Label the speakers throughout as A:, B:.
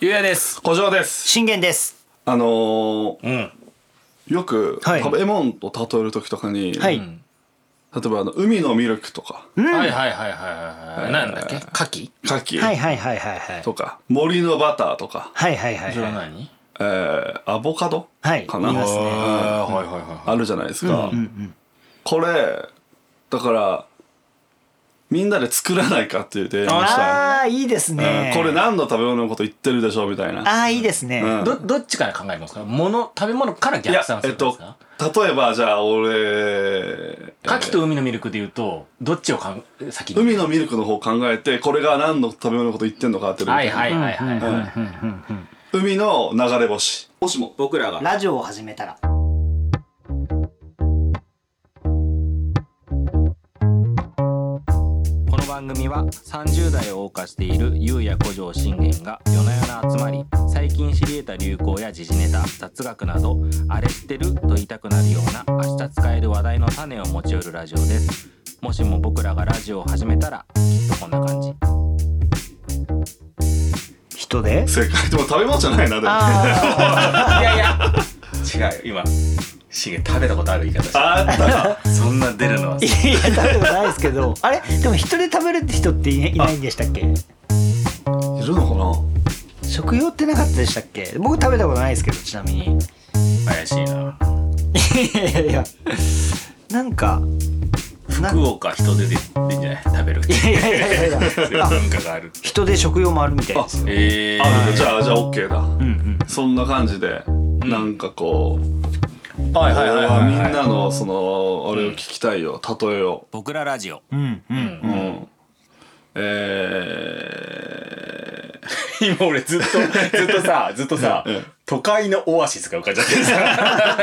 A: ゆうやです。
B: 小城です
C: 信玄です。
B: あのー
A: うん。
B: よく、
C: はい
B: 食べ物と例える時とかに、
C: はい。
B: 例えばあの海のミルクとか
A: はいはいはいはいはい。なんだっけ牡蠣
B: 牡蠣、
C: はいはいはいはいはい。
B: とか森のバターとか、
C: はいはいはい
A: それは
C: はい。
A: 何
B: えーアボカド、
C: はい
B: かな
C: 見ますね
A: あー
B: うん
A: はいはいはいは
B: あるじゃないですか、
C: うんうん。
B: これだからみんなで作らないかっていう提案した
C: ああー、いいです
B: い、うん
C: ね。
B: これ何の食べ物のこと言ってるでしょうみたいな
C: ああ、いいですね。
B: うん
A: い。ど、どっちから考えますか物、食べ物から
B: いや
A: 逆算す
B: え
A: る
B: っ
A: んで
B: と
A: すか
B: 例えばじゃあ俺
A: 牡蠣と海のミルクで言うと、どっちをかん先に
B: 海のミルクの方考えてこれが何の食べ物のこと言ってんのかってる
A: はいはいはいはいはい。
B: 海の流れ星もしも
A: 僕らが。
C: ラジオを始めたら。
D: この番組は30代を謳歌しているゆうや古城信玄が夜な夜な集まり最近知り得た流行や時事ネタ雑学などあれ知ってると言いたくなるような明日使える話題の種を持ち寄るラジオですもしも僕らがラジオを始めたらきっとこんな感じ
C: 人で
B: 正解でも食べ物じゃないなでも
C: あ
D: いやいや違う今信玄食べたことある言い方して
B: あったか
D: そんな出るのは
C: あ。いやいや、食べたことないですけ ど。あれでも人で食べるって人っていないんでしたっけ
B: いるの
C: 食用ってなかったでしたっけ僕食べたことないですけど、ちなみに。い
D: 怪しいな
C: やいやいや。なんか、なん
D: 福岡人出てるんじゃない食べる
C: いやいやいやいや
D: そう いう文化がある
C: 人で食用もあるみたい
B: かなあ
C: です。
D: ええ
B: あじゃあじゃあ OK だ、
C: うんうん。
B: そんな感じで、なんかこう
D: はい
B: 俺
D: はいはい
B: は
D: はい
B: みんなのそのあれを聞きたいよ例えを
D: 僕らラジオ
C: うんうん。
B: うん、えー
D: 今俺ずっとずっとさずっとさ都会のオアシスが浮かんじゃってるさ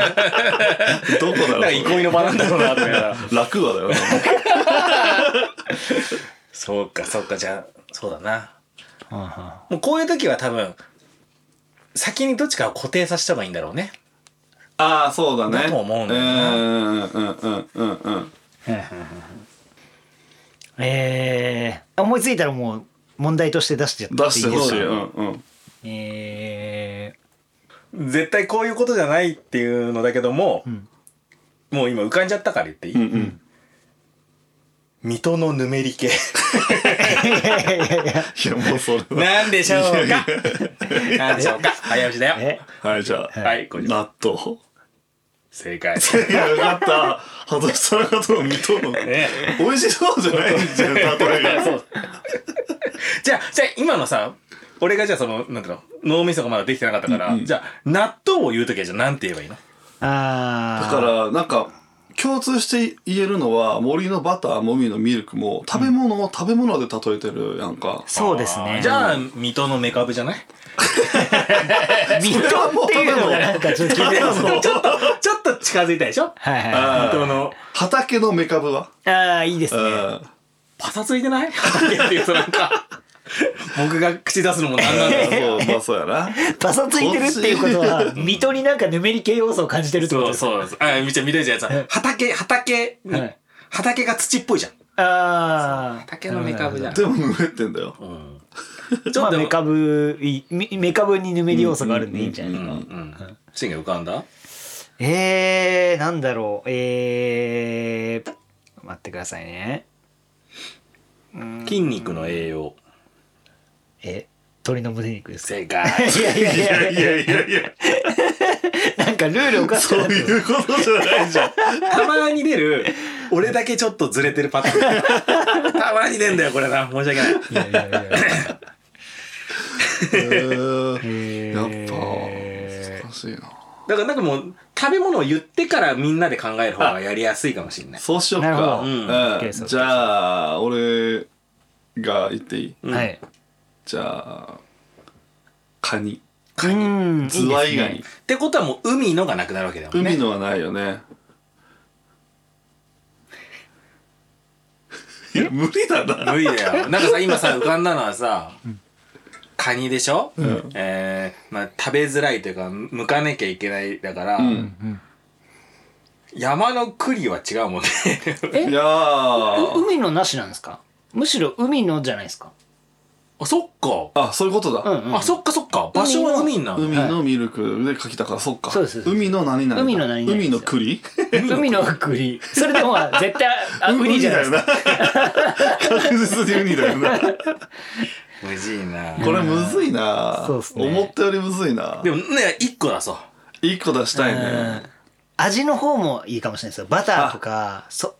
B: どこだろ
D: なか
B: うん
D: 憩いの場なんだろうなと思いながら
B: 楽だよね
D: そうかそうかじゃあそうだな
C: はんはん
D: もうこういう時は多分先にどっちかを固定させた方がいいんだろうね
B: ああそうだね
D: だと思うんだよ
B: うんうんうんうんうんうん
C: えー、思いついたらもう問題として出してやって
B: 出してほしい
C: いいです
B: う
C: か
B: んうん
C: え
D: 絶対こういうことじゃないっていうのだけども、
C: ん
D: もう今浮かんじゃったから言っていい、
B: うんうん
D: 水戸のぬめり系
B: いやもうそれは
D: なんでしょうかなんでしょうか早押しだ
C: ー、
D: よ
C: え
B: はいじゃあ、
D: はいこれ
B: 納豆
D: 正解
B: いや、よかった。外したらかとの見との。
D: ね
B: 美味しそうじゃないじゃん、例えが。
D: そうじゃあ、じゃあ今のさ、俺がじゃあその、なんていうの、脳みそがまだできてなかったから、じゃあ、納豆を言うときはじゃあなんて言えばいいの
C: あ
B: だか
C: ー
B: ら、なんか、共通して言えるのは、森のバターも海のミルクも、食べ物を食べ物で例えてるやんか。
C: そうですね
D: じゃあ、水戸のメカブじゃない
C: 水戸っていうのがなんかちょっと聞いてます
D: ちょっと、ちょっと近づいたでしょ
C: はいはい
B: あ
C: あ
D: 水戸の、
B: 畑のメカブは
C: あーいいです
B: う
C: ね
B: ん。
D: パサついてない畑っていうとなんか、僕が口出すのもなんなんだろう。
B: そう、まあそうやな。
C: パサついてるっていうことは水戸になんかぬめり系要素を感じてるって
D: そう
C: ことですう
D: そうなんです。あ、みちゃん、緑じゃやつは、畑、畑、
C: はい
D: 畑が土っぽいじゃん。
C: ああ
D: 竹のメカブじゃん。
B: でも、ぬめってんだよ。
D: ち
C: まあ
D: と
C: メカブいいメメカブにぬめり要素があるんでいいんじゃないかな、
D: うん。シンが浮かんだ
C: えー、なんだろうえー、待ってくださいね
D: 筋肉の栄養。
C: え鶏の胸肉ですか
D: 正解。
C: いやいやいやい
B: い
C: や
B: やいやいや、
C: なんかルールおかしく
B: そう
C: なってる
B: いうことじゃないじゃん。
D: たまに出る、俺だけちょっとずれてるパター ン。たまに出んだよ、これな。申し訳ない。
C: いやいやいやいや
B: へー
C: え
B: や
C: ー
B: っぱ、難しいな。
D: だからなんかもう、食べ物を言ってからみんなで考える方がやりやすいかもしれない。
B: そうしよっ
C: なるほ
B: か。
C: ど
B: う
D: うん
B: ん
C: OK そう
B: じゃあ、俺が言っていい
C: はい
B: じゃあ、カニ。
D: カニ
C: うん
B: ズワイガ
C: いい
B: ニ
C: で。
D: ってことはもう海のがなくなるわけだもんね。
B: 海のはないよね。いや、無理だな。
D: 無理だ よ。なんかさ、今さ、浮かんだのはさ、カニでしょ、えー、まあ食べづらいというか、向かなきゃいけないだから、
B: ん
D: 山の栗は違う もんね。
B: いやー
C: すねう海のなしなんですかむしろ海のじゃないですか
D: あそっか
B: あそういうことだ、
C: うんうん
D: あそっかそっか場所は海なんだ
B: 海のミルクで書きたから、そっか
C: そうですそうです
B: 海の何々だ
C: 海の何々です
B: 海の栗
C: 海の栗それでもまあ絶対あ栗じゃないですか
B: か確実に海だよな
D: むずいな
B: これむずいな、
C: そうっすね
B: 思ったよりむずいな
D: でもね一個だそう
B: 一個出したいね
C: うん味の方もいいかもしれないですよバターとかそ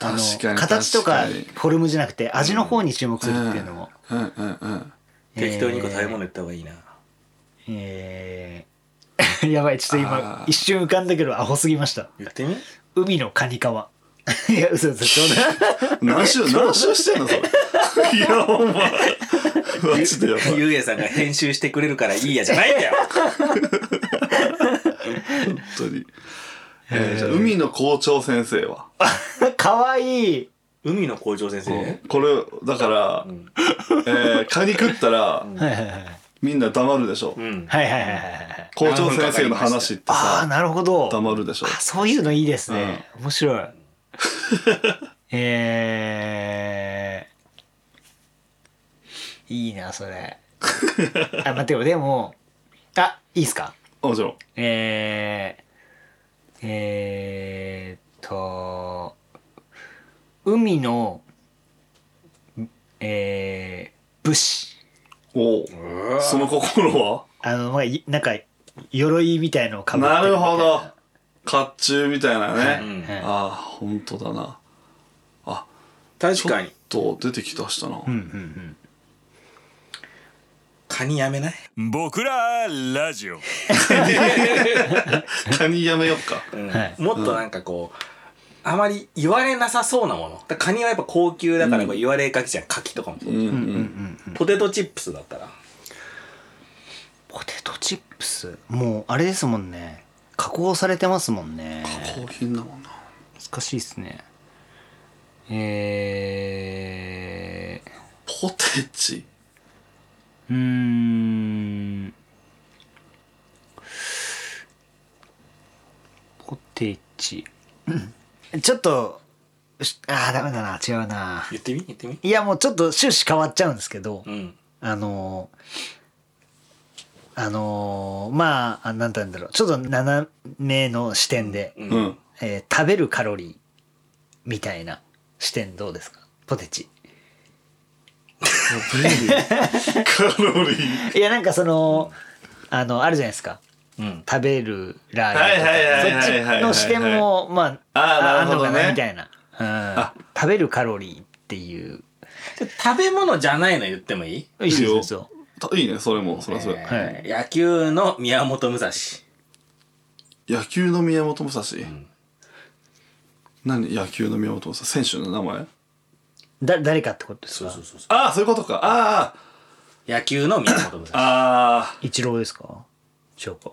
C: あの
B: 確かに
C: 形とか
B: 確かに
C: フォルムじゃなくて味の方に注目するっていうのも、
B: うんうんうん
D: 適当に一個食べ
C: えー
D: 物言った方がいいな
C: えー やばいちょっと今
B: あー
C: 一瞬浮かんだけどアホすぎました
D: 言ってみ
C: 海のカニカマ いや嘘嘘冗談
B: 何周何周してんのそれいやほんまマジでやばい
D: ゆうやさんが編集してくれるからいいやじゃないん だよ
B: 本当に、えーじゃあ海の校長先生は
C: かわいい
D: 海の校長先生
B: これだから、えーカニ食ったら
C: はいはいはい
B: みんな黙るでしょ、
D: うん
C: はいはいはいはい
B: 校長先生の話って
C: ああ
B: さ
C: なるほど
B: 黙るでしょ
C: あそういうのいいですね、面白いえー、いいなそれあ待ってよでもあいいっすか
B: もちろん
C: えー、えー、っと海のえー、武士
B: おおその心は
C: あのまあいなんか鎧みたいのをかぶって
B: な
C: る
B: る
C: みたい
B: ほど甲冑みたいな
D: う
B: ね、
D: ん
C: はい
B: ああ本当だなあ
D: 確かに
B: と出てきたしたな、
C: うんうんうん
D: カニやめない
E: 僕らラジオ
B: カニやめよっか
D: うん
C: はい
D: もっとなんかこう、あまり言われなさそうなものだからカニはやっぱ高級だから
B: うん
D: 言われがちじゃんカキとかもそう
B: うんう
C: うんうんうんん
D: ポテトチップスだったら
C: ポテトチップスもうあれですもんね加工されてますもんね
B: 高品だもんな
C: 難しいっすねえ
B: ポテチ
C: ー、うーんポテチうんちょっとしあーダメだな違うな
D: 言ってみ言ってみ
C: いやもうちょっと趣旨変わっちゃうんですけど、
D: うん
C: あのーあのーまああなんて言うんだろうちょっと斜めの視点で、
D: う
B: うん
C: えー食べるカロリーみたいな視点どうですかポテチ
B: ベリー カロリー
C: いやなんかそのあのあるじゃないですか
D: うん
C: 食べるラー
B: はいはいはい
C: メンと
B: は
C: かそ
B: い
C: っちの視点
B: はいはいは
C: もまあ
B: あーなる
C: ん
B: ほ
C: の
B: ど
C: か
B: ね
C: なみたいな、うん、食べるカロリーっていう
D: で食べ物じゃないの言ってもいい、
C: いいですよ
B: いいよ
C: いいですよ
B: たいいねそれもそりゃそうや、
D: えー野球の宮本武蔵
B: 野球の宮本武蔵、何野球の宮本武蔵選手の名前
C: だ誰かってことですか
D: そうそ
B: ああそういうことかあ
D: う野球の宮本武
B: あ
D: 蔵
B: ああ
C: 一郎ですか違うか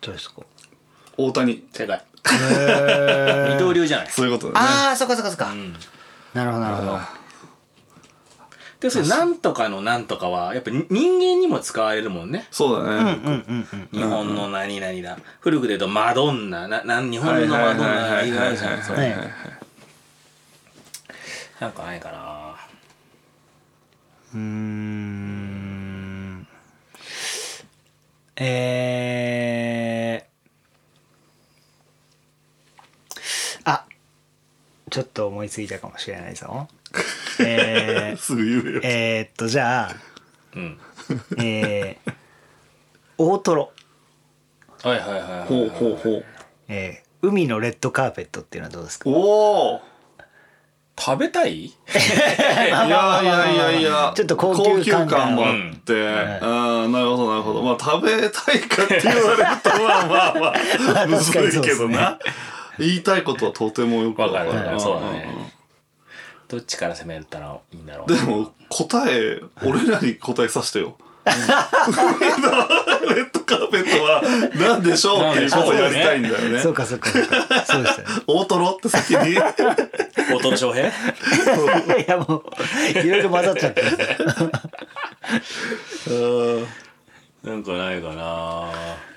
C: どうですか
B: 大谷
D: 正解二刀流じゃない
B: そういうことだね
C: ああそっかそっかそっか、なるほどなるほど
D: でそれなんとかのなんとかはやっぱ人間にも使われるもんね
B: そうだね、
C: うんうんうん
D: 日本の何々だ古くで言うとマドンナななん日本
B: はい
D: の
B: は
D: マ
B: いはい
D: ドンナ
B: はいい
D: ろい
B: は
D: ろ
B: い
D: じゃんそ
B: は
D: う
B: い
C: は
B: はいい
C: はい
D: なんかないかな
C: うーんえー、あちょっと思いついたかもしれないぞえー、
B: すぐ言うよ、
C: えー っとじゃあ
D: うん
C: えー、大トロ、
D: はいはいはいはい
B: ほうほうほう
C: えー、海のレッドカーペットっていうのはどうですか
B: おお
D: 食べたい
B: いやいやいやいや
C: ちょっと高級感が
B: もあって、うんなるほどなるほどまあ食べたいかって言われるとまあまあまあむずい
C: そうで
B: け
C: す
B: どな、言いたいことはとてもよくわ
D: わ
B: か
D: か
B: る
D: るわかる
B: ん
D: そうだねどっちから攻めれたらいいんだろう
B: でも答え俺らに答えさせてよレッドカーペットは何でしょうっていうことをやりたいんだよね
C: そうかそうかそうかそうですよね
B: 大トロって先に
D: 大トロ翔平
C: いやもういろいろ混ざっちゃってます
B: うん
D: なんかないかな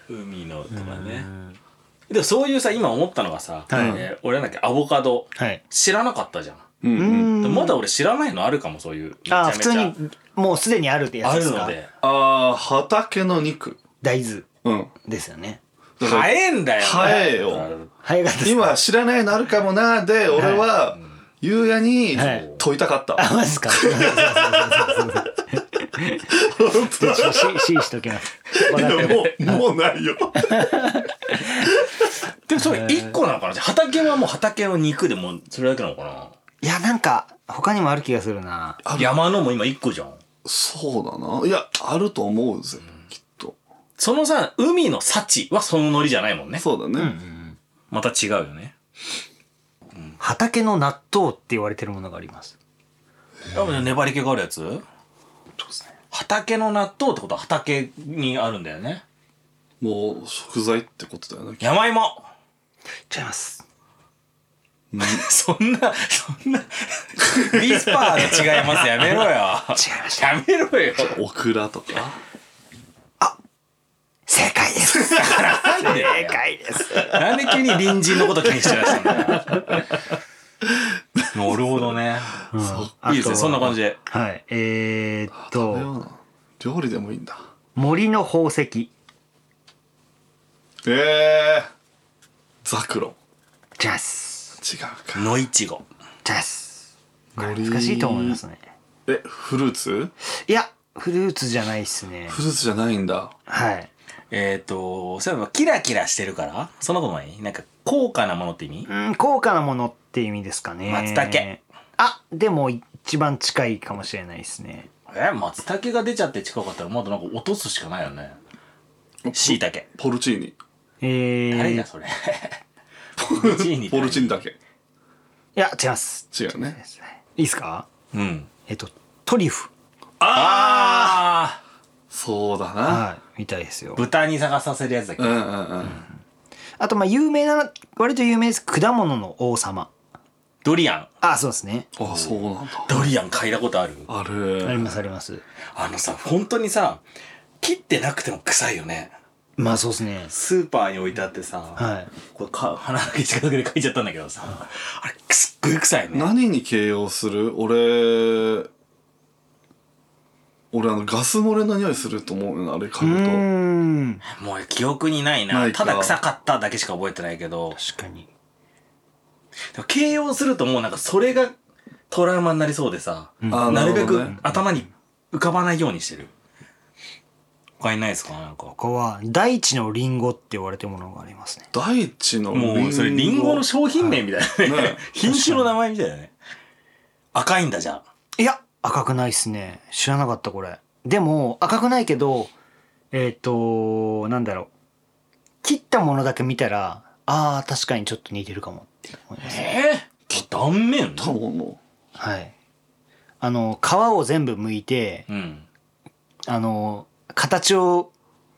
D: 海のとかねでもそういうさ今思ったのがさ、
C: はい
D: えー俺なんだっけアボカド
C: はい
D: 知らなかったじゃん
B: うん
C: う
B: うん
C: ん
D: まだ俺知らないのあるかもそういうめち
C: あ
D: ゃ
C: あ
D: め
C: 普
D: ち
C: 通
D: ゃ
C: にもうすでにあるってや
D: あ
C: つで
D: る
C: す
D: の
C: か
D: で
B: あー畑の肉
C: 大豆
B: うん
C: ですよね
B: だから
D: 早えんだよ
B: 早えよ
C: 早かったです
B: 今知らないのあるかもなで俺は優也に
C: はい
B: 問いたかった、
C: あマジっすかそうそうそう そうそうそうしししときますわか ってる
B: いやもうもうないよ
D: でもそれ一個なのかな畑はもう畑の肉でもうそれだけなのかない
C: やなんか他にもある気がするな
B: ある
D: 山のも今一個じゃん
B: そうだないやあると思うぜ、きっと
D: そのさ海の幸はそのノリじゃないもんね
B: そうだね、
D: また違うよね
C: 畑の納豆って言われてるものがあります
D: 多分粘り気があるやつ畑の納豆ってことは畑にあるんだよね
B: もう食材ってことだ よね
D: 山芋
C: ちゃいます
D: そんな、そん な、ビスパーで違います。やめろよ。
C: 違いました
D: やめろよ。
B: オクラとか
C: 正解です正
D: なんで
C: 解です
D: なんで急に隣人のこと気にしてらっしゃるんだよ。なるほどね。いいですね。そんな感じで。
C: はいえー、っ
B: あれは
C: と
B: な料理でもいいんだ
C: 森の宝石
B: ええザクロ
C: ジャス
B: 違うか
D: 野いちご。
C: ジャスこれ
B: 森
C: 難しいと思いますね
B: えフルーツ
C: いやフルーツじゃないっすね
B: フルーツじゃないんだ
C: はい
D: えっ、と、そういえばキラキラしてるからそんなことないなんか高価なものって意味
C: うん高価なものって意味ですかね
D: 松茸
C: あでも一番近いかもしれないですね
D: え、松茸が出ちゃって近かったらまだなんか落とすしかないよね。しいたけ。
B: ポルチーニ
C: えー、
D: 誰
C: い
D: だ それ。ポルチーニ。
B: ポルチーニだけ
C: や違います
B: 違うね
C: いいですか
D: うん。
C: えっとトリュフ
D: ああ
B: そうだな、
C: はいみたいですよ
D: 豚に探させるやつだっけ、
B: うんうんうん、
C: あとまあ有名な割と有名です果物の王様
D: ドリアン
C: あそうですね
B: あそうなんだ
D: ドリアン嗅いだことある
B: あ
C: あり
B: る
C: ますあります
D: あのさ本当にさ切ってなくても臭いよね
C: まあそうですね
D: スーパーに置いてあってさ、
C: はい
D: これか鼻の毛近くで嗅いじゃったんだけどさあれすっごい臭いね
B: 何に形容する俺俺あのガス漏れの匂いすると思うよなあれ
C: う
B: 嗅ぐ
C: ーん
D: もう記憶にないな
B: ないか
D: ただ臭かっただけしか覚えてないけど
C: 確かに
D: でも形容するともうなんかそれがトラウマになりそうでさ、
B: とあー
D: なるべ
B: ほ
D: く
B: どね
D: 頭に浮かばないようにしてる他にないですかなんか
C: 他は大地のリンゴって言われてるものがありますね
B: 大地の
D: もうそれリンゴの商品名みたいな
B: はい
D: ね
B: ね。
D: 品種の名前みたいだね。赤いんだじゃん。
C: いや赤くないっすね知らなかったこれでも赤くないけどえっ、となんだろう切ったものだけ見たらあー確かにちょっと似てるかもって思います
D: えー、断面
B: 多分の
C: はいあの皮を全部剥いて
D: うん。
C: あの形を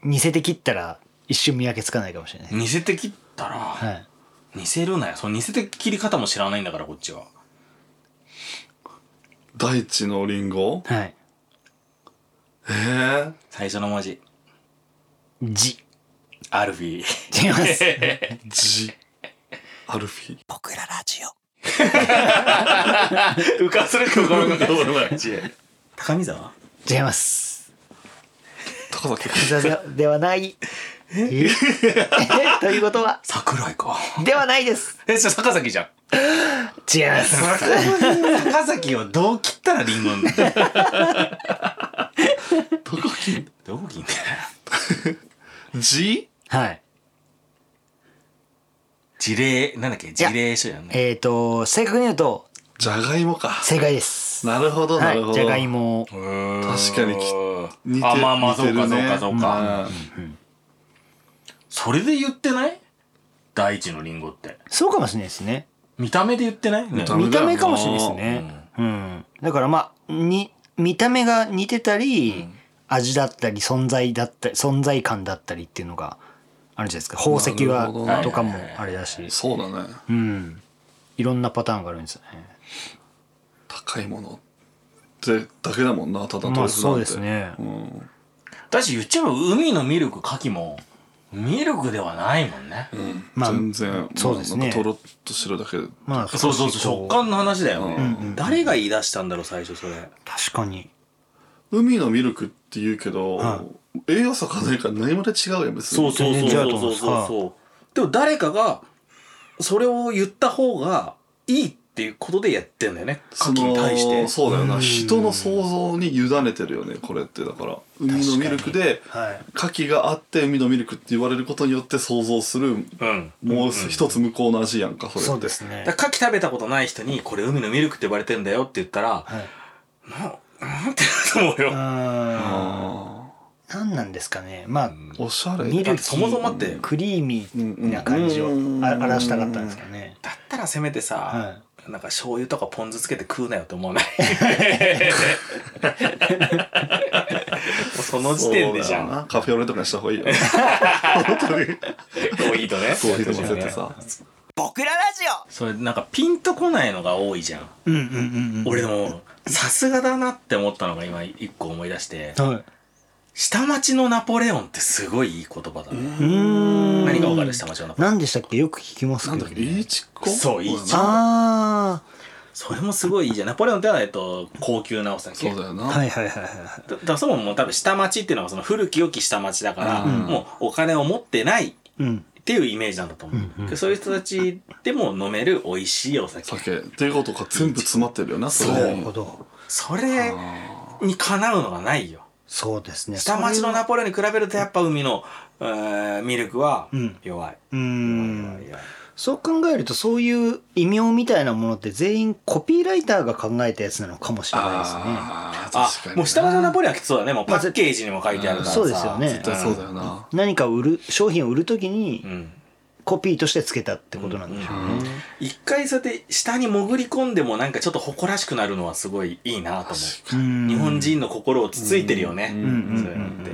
C: 似せて切ったら一瞬見分けつかないかもしれない、
D: 似せて切った
C: は
D: ら、
C: い、
D: 似せるなよ。その似せて切り方も知らないんだから、こっちは。
B: 大地のリンゴ
C: はい、
B: ええ
D: 最初の文字。
C: じ
D: アルフィー。
C: 違います
B: ジアルフィー
D: 浮かするか浮かるかこの感じ。高見沢
C: 違います
B: 高崎
C: 膝ではではないえ ということは
D: 桜井か。
C: ではないです
D: え、それ高崎じゃん。
C: 違います
D: 高崎をどう切ったらリンゴになる
B: 高崎
D: どこ切んだよ。
B: ジ
C: はい
D: 事例、なんだっけ事例書やんね。
C: えっ、と、正確に言うと、
B: じゃがいもか
C: 正解です。
B: なるほどなる
C: は
B: ほど
C: い。じゃがいもを。
B: 確かにき似て
D: あまあまあ
B: 似て
D: そうか
B: る
D: そう
B: ね
D: かそうか、
B: うん
D: それで言ってない大地のリンゴって
C: そうかもしれないですね。
D: 見た目で言ってない、ね
B: 見た
C: 見た目かもしれないですね。うん。だからまあ、に、見た目が似てたり、味だったり、存在だったり、存在感だったりっていうのがあるじゃないですか。宝石
B: な
C: は
B: るほどな、
C: とかもあれだし。
B: そうだね
C: うん。いろんなパターンがあるんですよね。
B: 高いものってだけだもんなただトリュフなんて、
C: まあそうですね。
B: うん
D: だし言っちゃえば海のミルク牡蠣もミルクではないもんね。
B: うん
C: まあ
B: 全然
C: そうですね
B: まあなんかとろっとしてるだけで
C: まあ、
D: そうそうそう、食感の話だよね。
C: んうん
D: 誰が言い出したんだろう、最初それ。
C: 確かに。
B: 海のミルクって言うけど、
C: は
B: 栄養素数えるから何まで違うやん別に
D: そうそうそうそうそう
C: 全然違うと思います
D: そう。でも誰かが、それを言った方がいいっていうことでやってんだよね。牡
B: そ
D: 蠣
B: の
D: に対して。
B: そうだよ
C: う
B: なん人の想像に委ねてるよねこれってだから海のミルクで
C: はい。
B: 牡蠣があって海のミルクって言われることによって想像する
D: うん。
B: もう一つ向こうの味やんかそれって
C: そうですね
D: だ。から牡蠣食べたことない人に、これ海のミルクって呼ばれてんだよって言ったら、
C: はい。
D: なんてなると思う
C: う
D: よ。
C: ーん。
B: あ
C: 何なんですかね。まあ、
B: ーおしゃれ
C: ミル
D: だっ
C: ク
D: てそもそもだって
C: クリーミーな感じを
B: うん
C: あ表したかったんですかね。
D: だったらせめてさ、
C: は
D: なんか醤油とかポン酢つけて食うなよって思わないもうその時点でじゃ
B: そう
D: ん。
B: だよなカフェオレとかにした方がいいよ
D: コーヒーとね。
B: コーヒーと混ぜてさ
D: それなんかピンとこないのが多いじゃん。
C: うんうんうんうん。
D: 俺でも、さすがだなって思ったのが今一個思い出して、
C: はい。
D: 下町のナポレオンってすごいいい言葉だね。
C: うーん。
D: 何がわかる下町のナポレオン。
C: 何でしたっけよく聞きます
B: なん
C: け
B: だ
C: ど
B: っけ
C: ね。
B: いいチッコ
D: そういいチッコ
C: あ
D: それもすごいいいじゃん。ナポレオンってのは、えっと、高級なお酒。
B: そうだよな、
C: あ。はいはいはいは
D: だだそもそも多分下町っていうのはその古き良き下町だから、
B: うん
D: もうお金を持ってないっ
C: い。うん。
D: ていうイメージなんだと思う、
C: うんうん
D: でそういう人たちでも飲める美味しいお酒
B: 酒っていうことが全部詰まってるよなそ
C: な
B: れ
C: る
B: に
C: ほど。
D: それ
B: あ
D: にかなうのがないよ
C: そうですね。
D: 下町のナポレオンに比べるとやっぱ海の、えーミルクは
C: うん
D: 弱い、
C: うー
D: 弱い
C: ん。
D: 弱い
C: そう考えるとそういう異名みたいなものって全員コピーライターが考えたやつなのかもしれないですね。
B: あー
D: あ
B: 確かにな
D: もう下町のナポレオンはきつそうだねもうパッケージにも書いてあるからさ、
C: そうですよね
B: 絶対そうだよな、
C: 何か売る商品を売るとき
D: う
C: に
D: ん
C: コピーとしてつけたってことなんでしょうね。
D: 一回そうやって下に潜り込んでもなんかちょっと誇らしくなるのはすごいいいなと思う
C: うん
D: 日本人の心をつついてるよね。
B: うん
C: うん
D: そういうのって。っ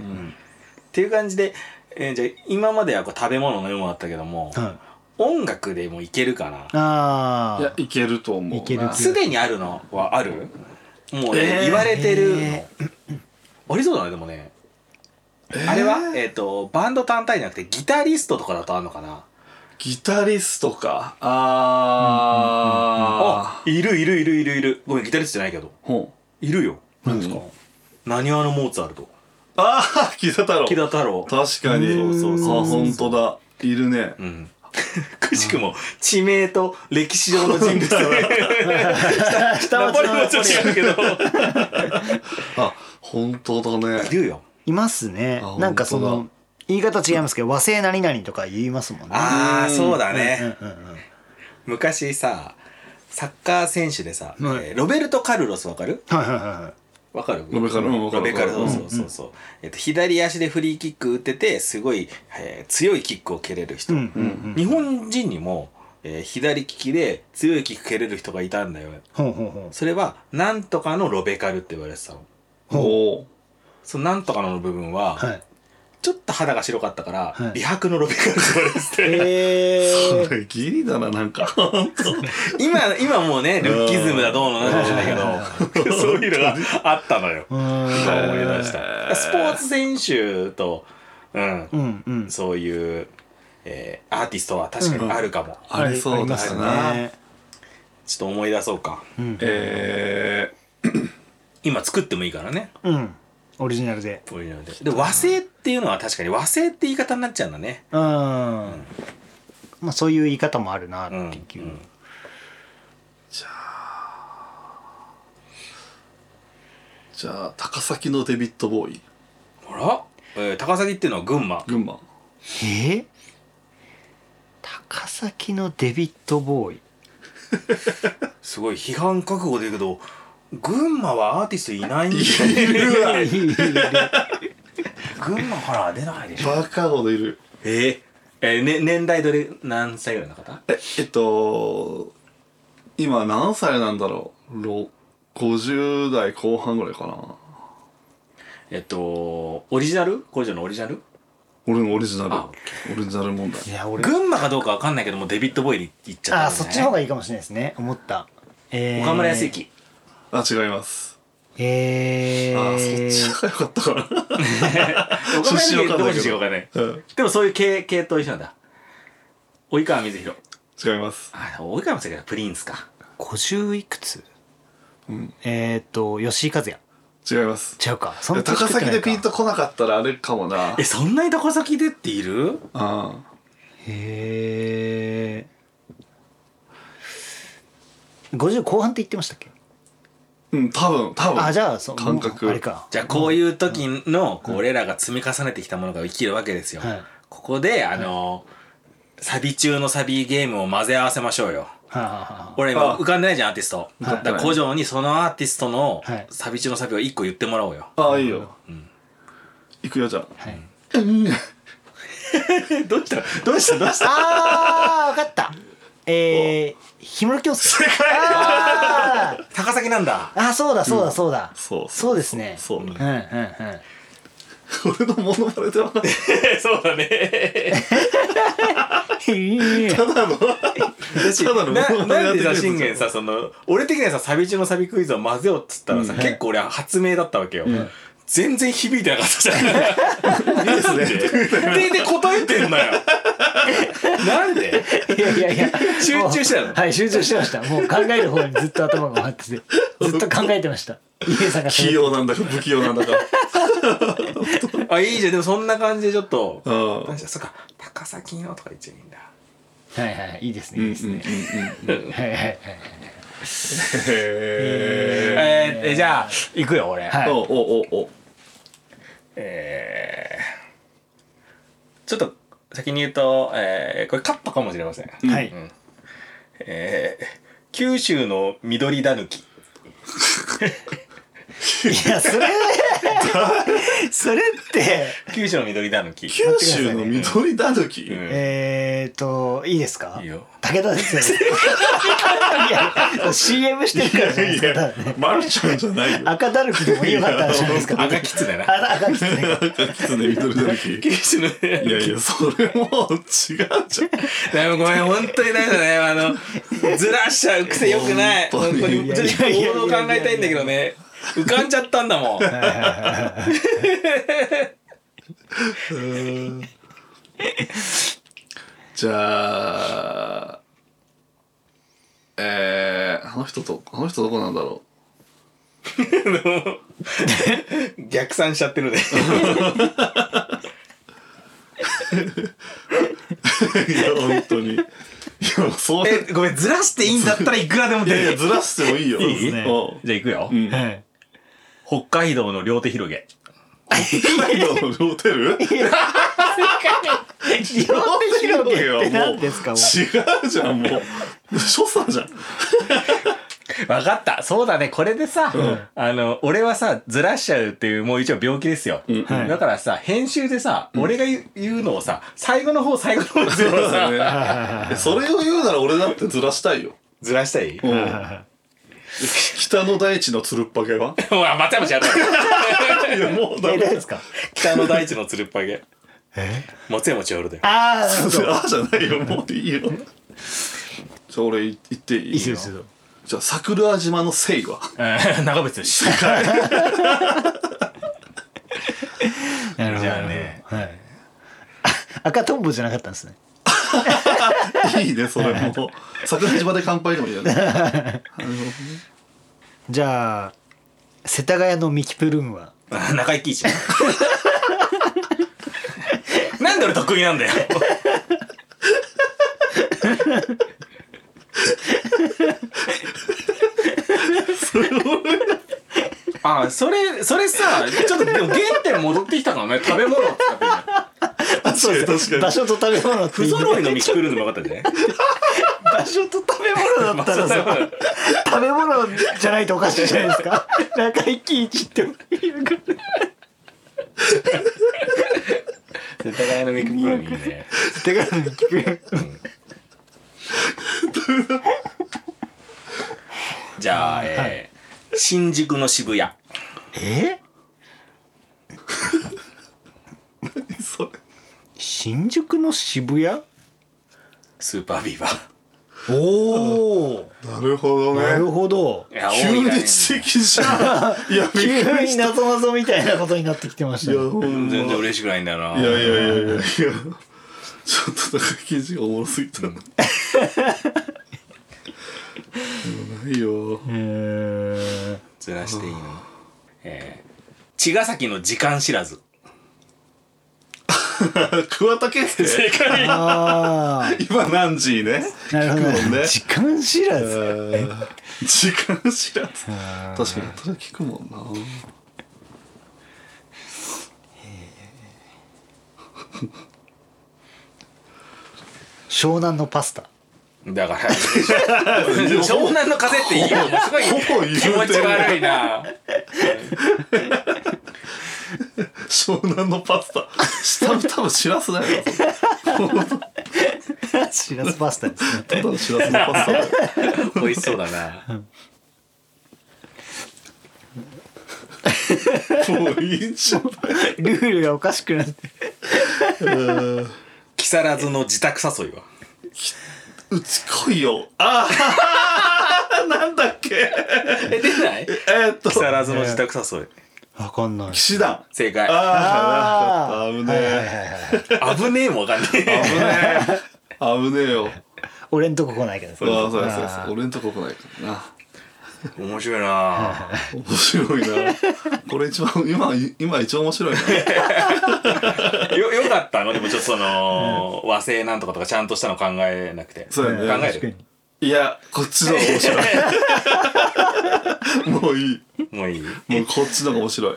D: ていう感じで、えーじゃあ今まではこう食べ物のようだったけども、
C: は
D: 音楽でもいけるか
C: い、
D: な。
C: あ
B: いや
C: あ。
B: いけると思うない
C: ける
D: すでにあるのはあるもう、
B: えー
D: 言われてるの
C: え。
D: ありそうだね、でもね。あれは、えっ、と、バンド単体じゃなくてギタリストとかだとあるのかな
B: ギタリストかあ
D: あいるいるいるいるいる。ごめん、ギタリストじゃないけど。
B: ーほ
D: いるよ。
B: うなんですか
D: なにわのモーツァルト。
B: ああ木田太郎
D: 木田太郎。
B: 確かに
D: そうそうそう
B: あ本当だいるね
D: うん。 くしくも、地名と歴史上の人物。下
C: 町のナポレオン
D: ちょっと違うけど。
B: あ本当だね
D: 言うよ。
C: いますね
B: あ。
C: なんかそ
B: 本当
C: の
B: だ
C: 言い方違いますけど和製何々とか言いますもんね。
D: ああ、
B: うん
D: そうだ
C: あ
D: ね。。昔さ、サッカー選手でさ、え
C: はい
D: ーロベルト・カルロスわかる
C: はいはいはいはい。
D: わかる
B: ロベカルうんわかる
D: ロベカル
B: わ
D: そ
B: か
D: う
B: る
D: そうそうそう。えっと、左足でフリーキック打ってて、すごい、えー強いキックを蹴れる人。
C: うんうんうん。
D: 日本人にも、えー左利きで強いキック蹴れる人がいたんだよ。
C: ほうほうほ
D: それは、なんとかのロベカルって言われてたの。
B: おお
D: そのなんとかの部分は、
C: う。はい。
D: ちょっと肌が白かったから、
C: はい
D: 美白のロベカルって言われて て、
C: え
B: それギリだななんか
D: 今、今もうね、ルッキズムだどうのなんじゃないけど、 そういうのがあったのよ。
C: ー。
D: 今思い出した。スポーツ選手と、うん、
C: うんうん。
D: そういう、えーアーティストは確かにあるかも。
B: ありそうだしな、
C: ありますね。
D: ちょっと思い出そうか。
B: え
D: 今作ってもいいからね。
C: うん。オリジナルで。
D: こういうので。で、和製っていうのは確かに和製って言い方になっちゃうんだね。
C: うん。まあそういう言い方もあるな
D: うん。う
C: っていう。
D: ん
B: ー、じゃあ高崎のデビッド・ボーイ
D: ほら、えー高崎っていうのは群馬。
B: 群馬
C: えー高崎のデビッドボーイ。
D: すごい批判覚悟で言うけど群馬はアーティストいないんじゃない 群馬からは出ないでしょ
B: バカほどいる
D: ええーね、年代どれ何歳ぐらいの方
B: ええっと今何歳なんだろうろ50代後半ぐらいかな
D: えっとオリジナル工場のオリジナル
B: 俺のオリジナル
D: あ
B: オリジナル問題
C: いや俺。
D: 群馬かどうかわかんないけどもうデビッド・ボーイに行っちゃった、ね、
C: あーそっちの方がいいかもしれないですね思った、えー
D: 岡村康之
B: あ違います
C: えへえ
B: ああ、そっちが良かったかな。
D: おか
B: 出身
D: し
B: わ
D: い
B: かん
D: どこ
B: ないけど
D: しかわかんない。
B: うん
D: でもそういう系、系統一緒なんだ。及川水弘。
B: 違います。
D: あ、及川水弘プリンスか。
C: 50いくつ、
B: うん
C: えーっと吉井和也
B: 違います。
C: 違うかそんな
B: 高崎でピン
C: ト
B: とこなかったらあれかもな。
D: え、そんなに高崎でっている
B: あ
C: へえ50後半って言ってましたっけ
B: うん、多分、多分。
C: あじゃあそ
B: 感覚
C: もうあれか
D: じゃあこういう時の、こう俺らが積み重ねてきたものが生きるわけですよ。
C: はい
D: ここで、あのサビ中のサビゲームを混ぜ合わせましょうよ。
C: はいはい
D: 俺今
B: あ
D: 浮かんでないじゃん、アーティスト。
B: 浮
D: だ
B: かん
D: か
B: でない
D: ら古城にそのアーティストの
C: はい
D: サビ中のサビを一個言ってもらおうよ。
B: ああ、いいよ。
D: ん
B: 行くよ、じゃ
C: はいはい
B: あ。うん。
D: どうしたどうしたどうした
C: あー分かったえー、氷室京介あー
D: 高崎なんだ。
C: あそうだそうだそうだ、
B: そう
C: そうですね
B: そううん
C: うんうん
B: 俺のモノマネで分かんない。
D: そうだね。
B: ただの、ただのモノ
D: な
B: マネ
D: な
B: や
D: ん
B: って
D: で
B: くれ
D: さ、
B: る
D: 信玄さ、その、俺的にはさ、サビ中のサビクイズを混ぜようっつったらさ、結構俺は発明だったわけよ。全然響いてなかったじ ゃん。いいですね。で、で、答えてんの よ。なんで
C: いやいやいや
D: 集中してたの
C: はい集中してましたもう考える方にずっと頭 が回っててずっと考えてました家さんが
B: 器
C: 喋って
B: 用なんだか不器用なんだか。
D: あ、いいじゃん。でもそんな感じでちょっと、
B: うん
D: 確かそっか、高崎のとか言っちゃいいんだ。
C: はいはいいいですね
B: う
C: い
B: んう
C: い
B: ん
C: です
B: うんうん
C: ね、はいはいはい
B: へー
D: えー、えじゃあ、行くよ、俺。
C: はい
B: おおおお
D: えー、ちょっと、先に言うと、えー、これカットかもしれません。
C: は
D: う
C: い
D: んえー、九州の緑だぬき。
C: い やそれそれって
D: 九州の緑だぬき。
B: 九州の緑だぬき、
D: うん
C: えーといいですか
D: いいよ
C: 武田ですよねいやいや CM してるからじゃないですかただね
B: マルちゃんじゃないよ
C: 赤だるきでもよかったじゃないですか
D: 赤きつねな。
C: あ赤きつね
B: キツネ緑だぬきい
D: 九州の、
B: やいやそれもう違うじゃん
D: だいぶごめん、本当にダメだね。あの、ずらしちゃう癖よくない。
B: 本
D: 本
B: 当に
D: 当に、ちょっと行動考えたいんだけどね。浮かんじゃったんだもん。
B: じゃあえー、あの人とあの人どこなんだろ
D: 逆算しちゃってるね。
B: ういや本当にいやそうい
D: え、ごめん、ずらしていいんだったらいくらでも出
B: やい
D: る
B: やずらしてもいいよ
D: いいじゃあ
B: うん
D: 行くよ。
B: うん
C: はい
D: 北海道の両手広げ。
B: 北海道の両手る
C: 両手広げって何ですかも
B: 違
C: う
B: うじゃんもう所作じゃん
D: わかった。そうだね。これでさ、あの、俺はさ、ずらしちゃうっていう、もう一応病気ですよ。
C: はい
D: だからさ、編集でさ、俺が言う言うのをさ、最後の方、最後の方ず
B: そう
D: らさ、
B: だねそれを言うなら俺だってずらしたいよ
D: ずら したい
B: うん北の大地のつるっぱげ は
D: ほら、松山ちゃんだ。
B: いやもうダ
C: え
B: メ
C: 誰ですか
D: 北の大地のつるっぱげ。松山千春だよ。
C: ああそうそう
B: ああじゃないよもういいよじゃあ俺い行っていい
C: いいですよ
B: じゃあ桜島のせい は
D: 長渕のし。
C: なるほど
D: じゃあね
C: はいあ赤とんぼじゃなかったんですね
B: いいねそれも桜島で乾杯でもいい よね
C: じゃあ世田谷のミキプルーンは
D: あ 中井貴一。なんで俺得意なんだよ。 あそれそれさちょっとでも原点戻ってきたからね食べ物って言ったって
B: そうです確か
C: 場
B: に
C: 所と食べ物って
D: 不
C: いう
D: 揃いのミキプルーンの分かったじゃない
C: 場所と食べ物だったらさ食べ物じゃないとおかしいじゃないです か中井貴一っていうか
D: 世田谷のミキプルーンいいね
C: 世田谷のミキプルーン
D: じゃあ、えー新宿の渋谷
C: え
B: それ
C: 新宿の渋谷
D: スーパービーバー
C: おお、
B: なるほど
C: なる
B: ね
C: ほど
D: いや
B: 急
D: 多い
B: に
D: ね
B: 知的じゃんいやびっく
C: 急
B: り
C: に
B: したい
C: なぞなぞみたいなことになってきてました
B: や
C: ね
B: ほんま
D: 全然嬉しくないんだよない
B: やいやいやいやいやちょっとなんか記事がおもろすぎたなないよ
C: へー
D: ずらしていいのえー茅ヶ崎の時間知らず
B: 桑田佳祐
C: あ
B: 今何時ね
C: あなるほど、
B: 聞くもんね
C: 時間知ら
B: え
C: ず
B: ー時間知らず
C: あー
B: 確かにそれ聞くもんな
C: 湘南のパス タ
D: だから湘南の風っていいよ面白い
B: ほぼ言う
D: 気
B: てる
D: 持ち悪いな
B: 湘南のパスタ下も多分しらすだよな
C: しらすパスタですね。
B: ただのしらすのパスタだよ
D: 美味しそうだな
B: もういいんじゃん
C: ルールがおかしくなって。
D: 木更津の自宅誘いは
B: うち来いよああ なんだっけ
D: え出ない木
B: えーっと
D: 更津の自宅誘い
C: わかんない。
B: 騎士団
D: 正
B: あ
D: 解
B: あ
C: あ ー
B: 危ね
C: はいはい
B: え
C: はいはい
D: 危ねえもんわかんない
B: 危ねえ危ねえよ
C: 俺んとこ来ないけど。
B: ああそうですそうです
C: あー
B: 俺んとこ来ないからな
D: 面白いな
B: 面白いなこれ一番今今一番面白いな
D: よよかったのでもちょっとその和製なんとかとかちゃんとしたの考えなくて
B: そうや
D: 考
B: ね
D: える
B: いやこっちの方が面白いもういい
D: もういい
B: もうこっちの方が面白い、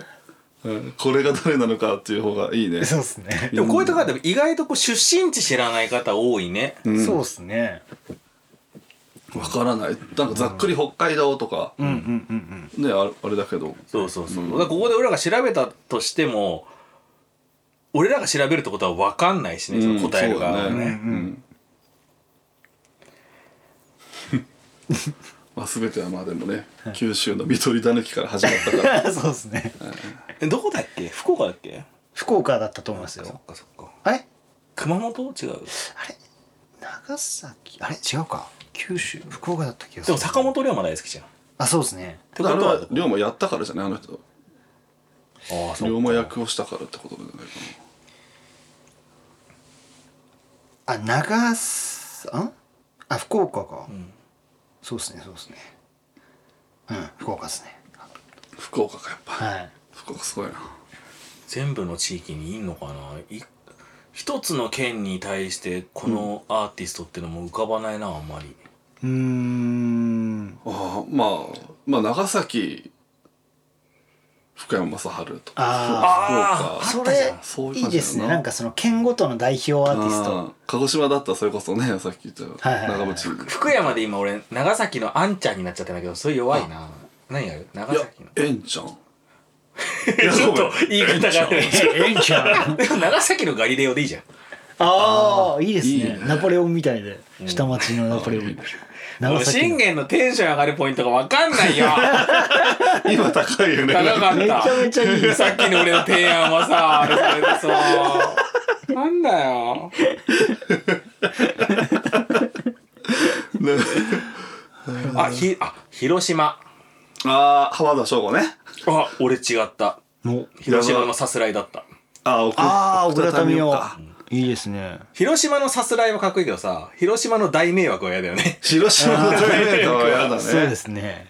B: うん、これが誰なのかっていう方がいいね
C: そうですね。
D: でもこういうところでも意外とこう出身地知らない方多いね
B: うん
C: そうですね。
B: わからないなんかざっくり北海道とか、
C: うんうんうん
B: ねあれあれだけど
D: そうそうそう、だからここで俺らが調べたとしても俺らが調べるってことは分かんないしね、その答える側は
B: うんそうだ
D: ね
B: ねまあ全てはまあでもね九州の見取り狸から始まったから
C: うん。そうですね。
D: えどこだっけ福岡だっけ
C: 福岡だったと思います
D: そっ
C: よ。
D: かそっか
C: あれ
D: 熊本違う
C: あれ長崎あれ違うか。九州福岡だった気がす
D: で
C: る。
D: も坂。本龍馬大好きじゃんっ
C: あそうですね。
D: てこ
B: あれ
D: とは
B: は龍馬やったからじゃないあの人
D: ああそ
B: 龍
D: う
B: 馬役をしたからってことじゃないか
C: あ長すあんあ福岡か。
D: ん
C: そうですねそうですね。うん福岡ですね。
B: な福岡かやっぱ、
C: はい。
B: 福岡すごいな
D: 全部の地域にいんのかない一つの県に対してこのアーティストってのも浮かばないなあんまり
C: うーん。
B: ああまあまあ長崎福山雅治とか
D: あー
C: ああ
B: 福
C: そ
D: あったじ
C: れ
D: ゃん
B: そういう
C: いい
B: 感じだよな
C: ですねなんかその県ごとの代表アーティス
B: あ
C: ト
B: あ鹿児島だったらそれこそねさっき言った
C: はいはいはい
B: 長渕
D: 福山で今俺長崎のあんちゃんになっちゃってんだけどそれ弱いな何やる長
B: いや
D: 崎の
B: え んちゃんいや
D: ちょっと言い方がね
C: えんちゃん
D: でも長崎のガリレオでいいじゃん
C: ああいいですね
B: いいね
C: ナポレオンみたいで下町のナポレオン
D: も
C: 長
D: う
C: 崎
D: 信
C: の
D: 玄のテンション上がるポイントが分かんないよ
B: 今高い よね
D: 高か
C: めち
D: っ
C: ゃめちゃいい
D: たさっきの俺の提案はさあれそれでさ なんだよ
B: ね
D: あひあ広島
B: ああ浜田省吾ね
D: あ俺違った
C: の
D: 広島のさすらいだった
B: ああ奥
C: ああ小
B: 奥
C: 倉民
B: 民
C: を
B: 生か
C: いいですね
D: 広島のさすらいはかっこいいけどさ広島の大迷惑は嫌だよね
B: 広島の大名はやだ
C: そうで
B: ね
C: すね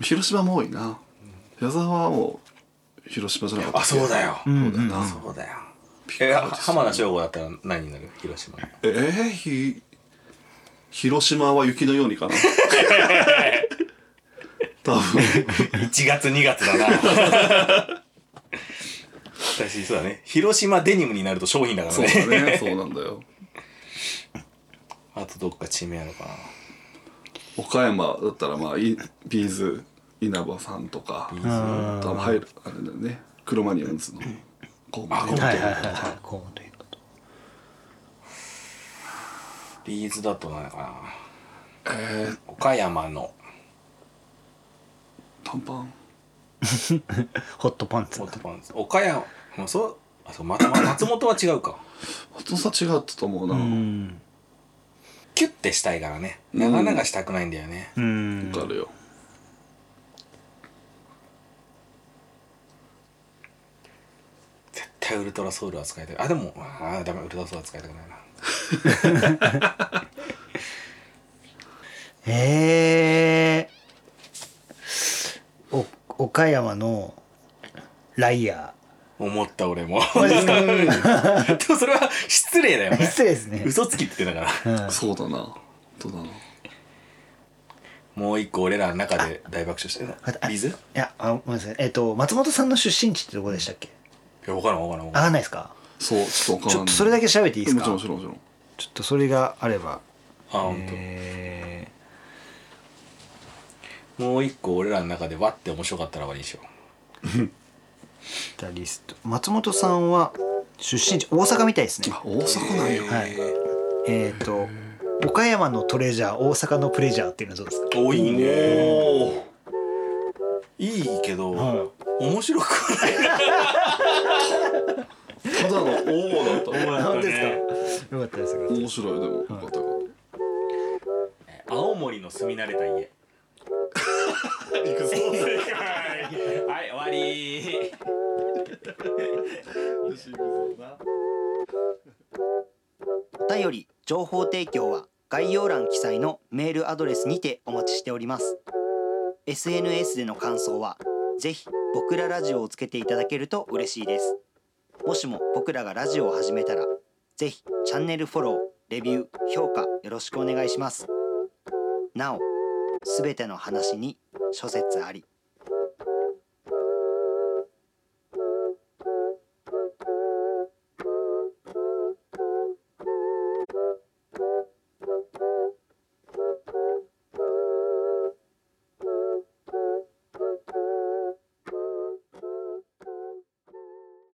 B: 広島も多いな矢沢はもう広島じゃなかった
D: あそうだよ、
C: うんうん
D: そうだよえは浜田省吾だったら何になる広島の
B: えー、ひ広島は雪のように かな多分
D: 1月2月だな私そうだね広島デニムになると商品だから
B: そう
D: ね
B: だねそうなんだよ
D: あとどっか地名あるかな
B: 岡山だったらまあいビーズ稲葉さんとか多分入るあれだよねクロマニオンズのこ
D: う
B: う
C: はいはいはいはいこうということ
D: ビーズだとなんかな
B: えー、
D: 岡山の
B: 短パン
C: ホットパンツ
D: ホットパンツ岡山もうそう あそうまたま松本は違うか
B: 松本さん違ったと思うな、
C: うん
D: キュッてしたいからね長々したくないんだよね、
C: うん
B: わかるよ
D: 絶対ウルトラソウルは使いたいあでもあーダメウルトラソウルは使いたくないな
C: えー、お岡山のライヤ
D: 思った俺もうん でもそれは失礼だよ
C: ー
D: ね
C: 失礼ですね、
D: 嘘つきって言ってんだから
C: うん、
B: そうだなそうだな
D: もう一個俺らの中で大爆笑してるの
C: ああ
D: ビズい
C: いやあごめんなさいえっ、と松本さんの出身地ってどこでしたっけ
D: や分からん分からん分か
C: あ
D: らん
C: かんないですか
B: そうちょっとわから
C: ちょっ
B: ん
C: とそれだけ調べていいですか
B: もちろんもちろんもちろん
C: ちょっとそれがあれば
D: あ本当。
C: え
D: もう一個俺らの中でわって面白かったら終わりにしよ
C: ー、じゃあリスト松本さんは出身地大阪みたいですね
B: あ大阪なんや
D: う、
C: はいえっ、と岡山のトレジャー大阪のプレジャーっていうのはどうですか
D: 多いねいいけど、面白くはない
B: ただの王だった
C: 本当ですかよかったですよかっ
B: 面白いでもよかったよ
D: 青森の住み慣れた家 行くぞ はい終わり
C: たお便り情報提供は概要欄記載のメールアドレスにてお待ちしております SNS での感想はぜひ僕らラジオをつけていただけると嬉しいですもしも僕らがラジオを始めたらぜひチャンネルフォローレビュー評価よろしくお願いしますなおすべての話に諸説あり